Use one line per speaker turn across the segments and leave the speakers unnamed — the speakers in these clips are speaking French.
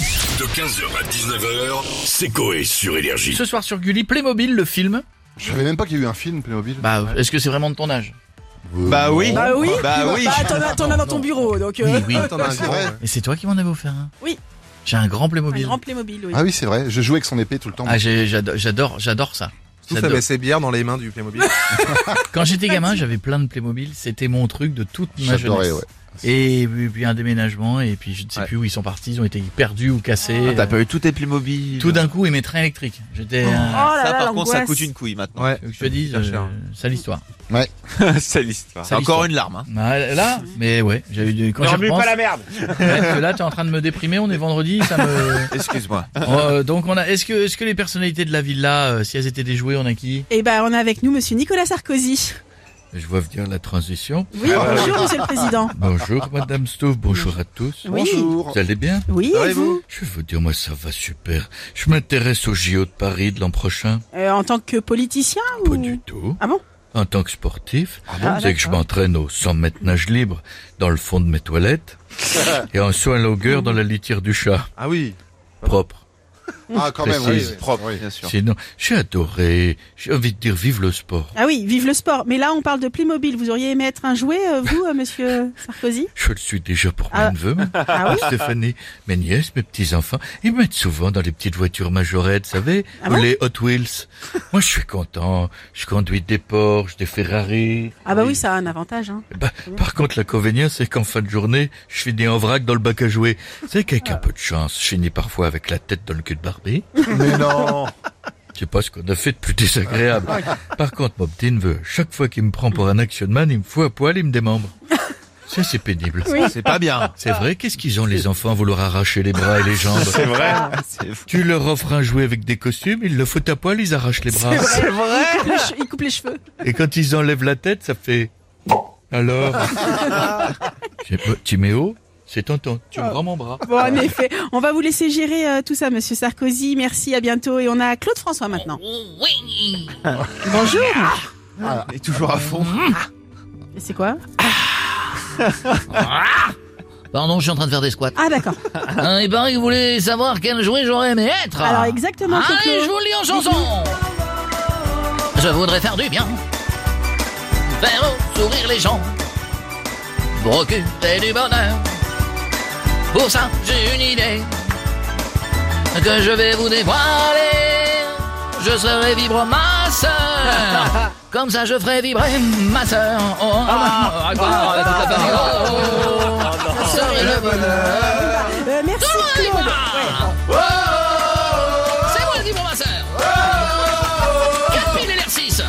De 15h à 19h, c'est Coé sur Énergie.
Ce soir sur Gulli, Playmobil, le film.
Je savais même pas qu'il y a eu un film Playmobil. Euh,
Bah, est-ce que c'est vraiment de ton âge
Bah
Eh
oui.
Bah oui.
Bah oui.
Bah, t'en as, t'en as dans ton bureau, donc. euh,
Oui, oui.
Attends, un grand, ouais.
Et c'est toi qui m'en avais offert un
Oui.
J'ai un grand
Un
Playmobil.
grand Playmobil, oui.
Ah oui, c'est vrai. Je jouais avec son épée tout le temps.
Ah, j'ai- j'adore, j'adore, j'adore ça.
Tout
J'adore.
avait ses bières dans les mains du Playmobil.
Quand j'étais gamin, j'avais plein de Playmobil. C'était mon truc de toute ma
J'adorais,
jeunesse.
ouais.
Et puis puis un déménagement, et puis je ne sais
Ouais.
plus où ils sont partis. Ils ont été perdus ou cassés.
T'as pas eu hein. tous tes Playmobil.
Tout d'un coup, et mes trains électriques. J'étais.
Oh
euh,
là
Ça,
là,
par contre, ça
l'angoisse.
coûte une couille maintenant.
Ouais.
que je te dis, euh,
Hyper cher.
ça l'histoire.
C'est l'histoire.
C'est
euh, C'est
l'histoire.
encore une larme. Hein.
Ah, là, mais ouais, j'ai eu du. Quand j'y repense,
merde.
ouais, parce que là, t'es en train de me déprimer. On est vendredi, ça me.
Excuse-moi.
Euh, donc on a. Est-ce que, est-ce que les personnalités de la villa, euh, si elles étaient des jouets, on a qui
Et ben, on a avec nous Monsieur Nicolas Sarkozy.
Je vois venir la transition.
Oui, bonjour, Monsieur le Président.
Bonjour Madame Stove, bonjour à tous.
Oui.
Bonjour.
Vous allez bien
Oui,
Ça va,
et
et
vous
Je veux dire, moi ça va super. Je m'intéresse au JO de Paris de l'an prochain.
Euh, En tant que politicien
Pas
ou
du tout.
Ah bon Ah
En tant que sportif,
bon
c'est que je m'entraîne au 100 mètres nage libre dans le fond de mes toilettes et en soin longueur dans la litière du chat.
Ah oui.
Propre.
Ah, quand même, oui.
Précise.
oui. Propre. oui.
Bien sûr.
Sinon, j'ai adoré. J'ai envie de dire vive le sport.
Ah oui, vive le sport. Mais là, on parle de Playmobil. Vous auriez aimé être un jouet, euh, vous, euh, Monsieur Sarkozy
Je le suis déjà pour
Ah.
mes neveux, ma
Ah oui
Stéphanie, mes nièces, mes petits-enfants, ils me mettent souvent dans les petites voitures majorettes, vous savez,
Ah
ou
bon
les Hot Wheels. Moi, je suis content. Je conduis des Porsche, des Ferrari.
Ah bah oui, ça a un avantage. Hein.
Bah, par contre, l'inconvénient, c'est qu'en fin de journée, je finis en vrac dans le bac à jouer. C'est qu'avec
Ah.
un peu de chance, je finis parfois avec la tête dans le cul de Barbie.
Mais non.
Je sais pas ce qu'on a fait de plus désagréable.
Ah,
Par contre, mon petit neveu, chaque fois qu'il me prend pour un action man, il me fout à poil, il me démembre. Ça, c'est pénible.
C'est pas bien.
C'est vrai, qu'est-ce qu'ils ont les enfants à vouloir arracher les bras et les jambes
C'est vrai. Ah, C'est
Tu leur offres un jouet avec des costumes, ils le foutent à poil, ils arrachent les bras.
Il, coupe les che- il coupe les cheveux.
Et quand ils enlèvent la tête, ça fait... Alors J'ai- Bah, Timéo, c'est tonton, tu me rends mon bras.
Bon, en effet. On va vous laisser gérer euh, tout ça, Monsieur Sarkozy. Merci, à bientôt. Et on a Claude François maintenant. Bonjour.
Il est toujours à fond.
Et C'est quoi
Pardon, je suis en train de faire des squats. Hein,
Ah d'accord.
et pareil, vous voulez savoir quel jouet j'aurais aimé être
Alors exactement.
Ah,
Claude.
lis en chanson Je voudrais faire du bien, faire sourire les gens, procurer du bonheur. Pour ça, j'ai une idée que je vais vous dévoiler. Je serai vibre ma sœur. Comme ça, je ferai vibrer ma sœur. Oh, ah, ah, toute la famille. Oh, oh, oh. Serai le bonheur.
Euh, merci Claude.
C'est moi le vibre ma sœur. 4000 LR6.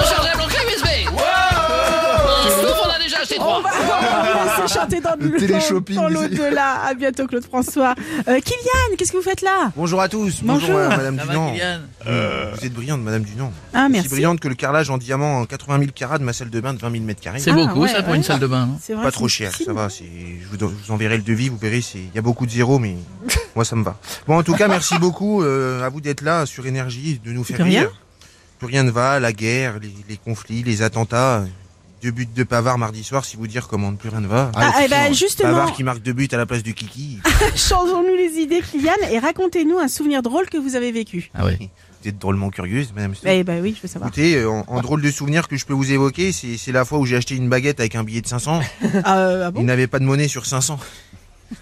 Rechargeable en clé USB. Souffle, on a déjà acheté
On
trois.
va, on va laisser chanter dans
Le télé-shopping,
le dans
ici.
l'au-delà. À bientôt Claude François. Euh, Kylian, qu'est-ce que vous faites là
Bonjour à tous.
Bonjour.
à Madame Dunant. Euh, Vous êtes brillante, Madame Dunant.
Ah
Aussi
merci.
brillante que le carrelage en diamant en 80 000 carats de ma salle de bain de 20 000 mètres carrés.
C'est
Ah,
beaucoup
ouais,
ça pour
ouais.
une salle de bain. non
C'est vrai,
Pas
c'est
trop cher, ça
difficile.
va. c'est- Je vous, don- je vous enverrai le devis, vous verrez. c'est- Il y a beaucoup de zéros, mais moi ça me va. Bon, en tout cas, merci beaucoup euh, à vous d'être là sur Énergie, de nous faire
De rien.
rire. Plus rien ne va, la guerre, les, les conflits, les attentats. euh, Deux buts de Pavard mardi soir, si vous dire comment plus rien ne va.
Ah, eh ben
Pavard
justement,
qui marque deux buts à la place du Kiki.
changeons-nous les idées, Kylian, et racontez-nous un souvenir drôle que vous avez vécu.
Ah ouais.
Vous êtes drôlement curieuse, Madame. Stone.
Eh ben oui, je veux savoir.
Écoutez, euh, en, en drôle de souvenir que je peux vous évoquer, c'est c'est la fois où j'ai acheté une baguette avec un billet de 500.
Ah, euh, ah bon
Il n'avait pas de monnaie sur 500.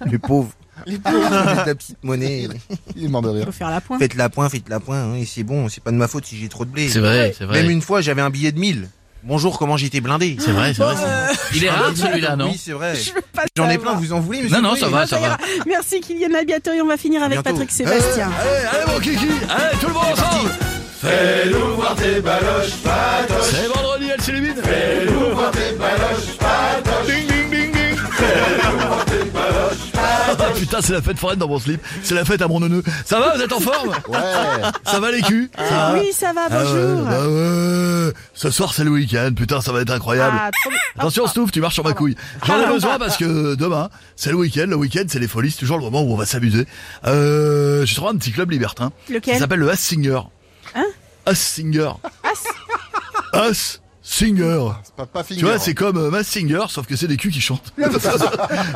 Les pauvres. Les pauvres. la petite monnaie.
Il m'en de rire.
Faut faire la pointe.
Faites la point, faites la point. hein, et c'est bon, c'est pas de ma faute si j'ai trop de blé.
C'est vrai, c'est vrai.
Même une fois, j'avais un billet de 1000. Bonjour, comment j'étais blindé. Ah,
C'est vrai, c'est vrai. Il est rare celui-là, non
Oui, c'est vrai.
Je veux pas
J'en ai
savoir.
plein, vous en voulez, monsieur
Non, non,
Poulet
ça va, ça
Ça
va.
ira. Merci Kylian, à bientôt et on va finir avec
bientôt.
Patrick Sébastien.
Eh, Allez mon kiki, allez tout le monde ensemble Fais-nous voir tes baloches, patoches C'est vendredi, elle s'illumine Fais-nous voir tes baloches, patoches Ding, ding, ding, ding Ah putain, c'est la fête foraine dans mon slip, c'est la fête à mon neuneu. Ça va, vous êtes en forme
Ouais.
Ça va les culs
Oui, ça va,
Ah ouais,
bonjour.
bah ouais. Ce soir c'est le week-end, putain ça va être incroyable.
Ah, trop bien.
Attention Stouff, tu marches sur ma couille. J'en ai besoin parce que demain, c'est le week-end. Le week-end, c'est les folies, c'est toujours le moment où on va s'amuser. Euh, j'ai trouvé un petit club libertin.
Lequel
Ça s'appelle le Hass Singer.
Hein
Hass Singer.
Ah, c'est-
Hass
Singer.
C'est pas, hein. pas finger.
Tu vois, c'est comme euh, Mass Singer, sauf que c'est des culs qui chantent.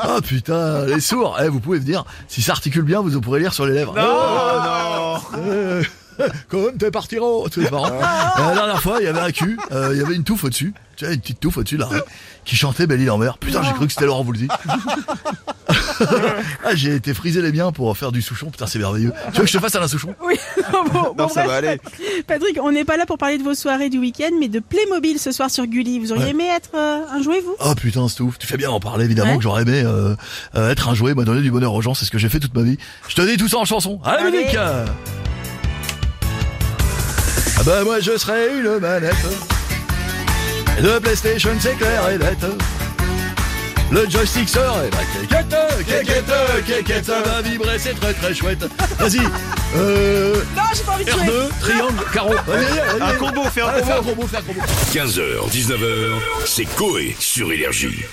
Ah putain, les sourds. Eh, vous pouvez venir. Si ça articule bien, vous pourrez lire sur les lèvres. Euh, Comme t'es partiront C'est Oh, marrant. Euh, La dernière fois, il y avait un cul, euh, il y avait une touffe au-dessus. Tu vois, une petite touffe au-dessus, là, hein, qui chantait Belle Île en mer. Putain, j'ai cru que c'était Laurent Voulzy. ah, j'ai été frisé les miens pour faire du Souchon. Putain, c'est merveilleux. Tu veux que je te fasse un Souchon
Oui, non, bon, bon,
Non, ça
bref.
va aller.
Patrick, on n'est pas là pour parler de vos soirées du week-end, mais de Playmobil ce soir sur Gulli. Vous auriez
Ouais.
aimé être euh, un jouet, vous
Oh putain, c'est ouf. Tu fais bien d'en parler, évidemment,
Ouais.
que j'aurais aimé euh, euh, être un jouet, moi, donner du bonheur aux gens. C'est ce que j'ai fait toute ma vie. Je te dis tout ça en chanson. Allez,
Allez.
Monique Ah bah, moi, je serais une manette de PlayStation, c'est clair et net. Le joystick serait la kékette, kékette, kékette, ça va vibrer, c'est très très chouette. Vas-y, euh,
Non, j'ai pas envie de jouer.
R2, triangle, carreau. Vas-y, vas-y,
Un
vas-y.
combo, faire un
Allez,
combo.
combo, fais un combo.
15h, 19h, c'est Coé sur Énergie.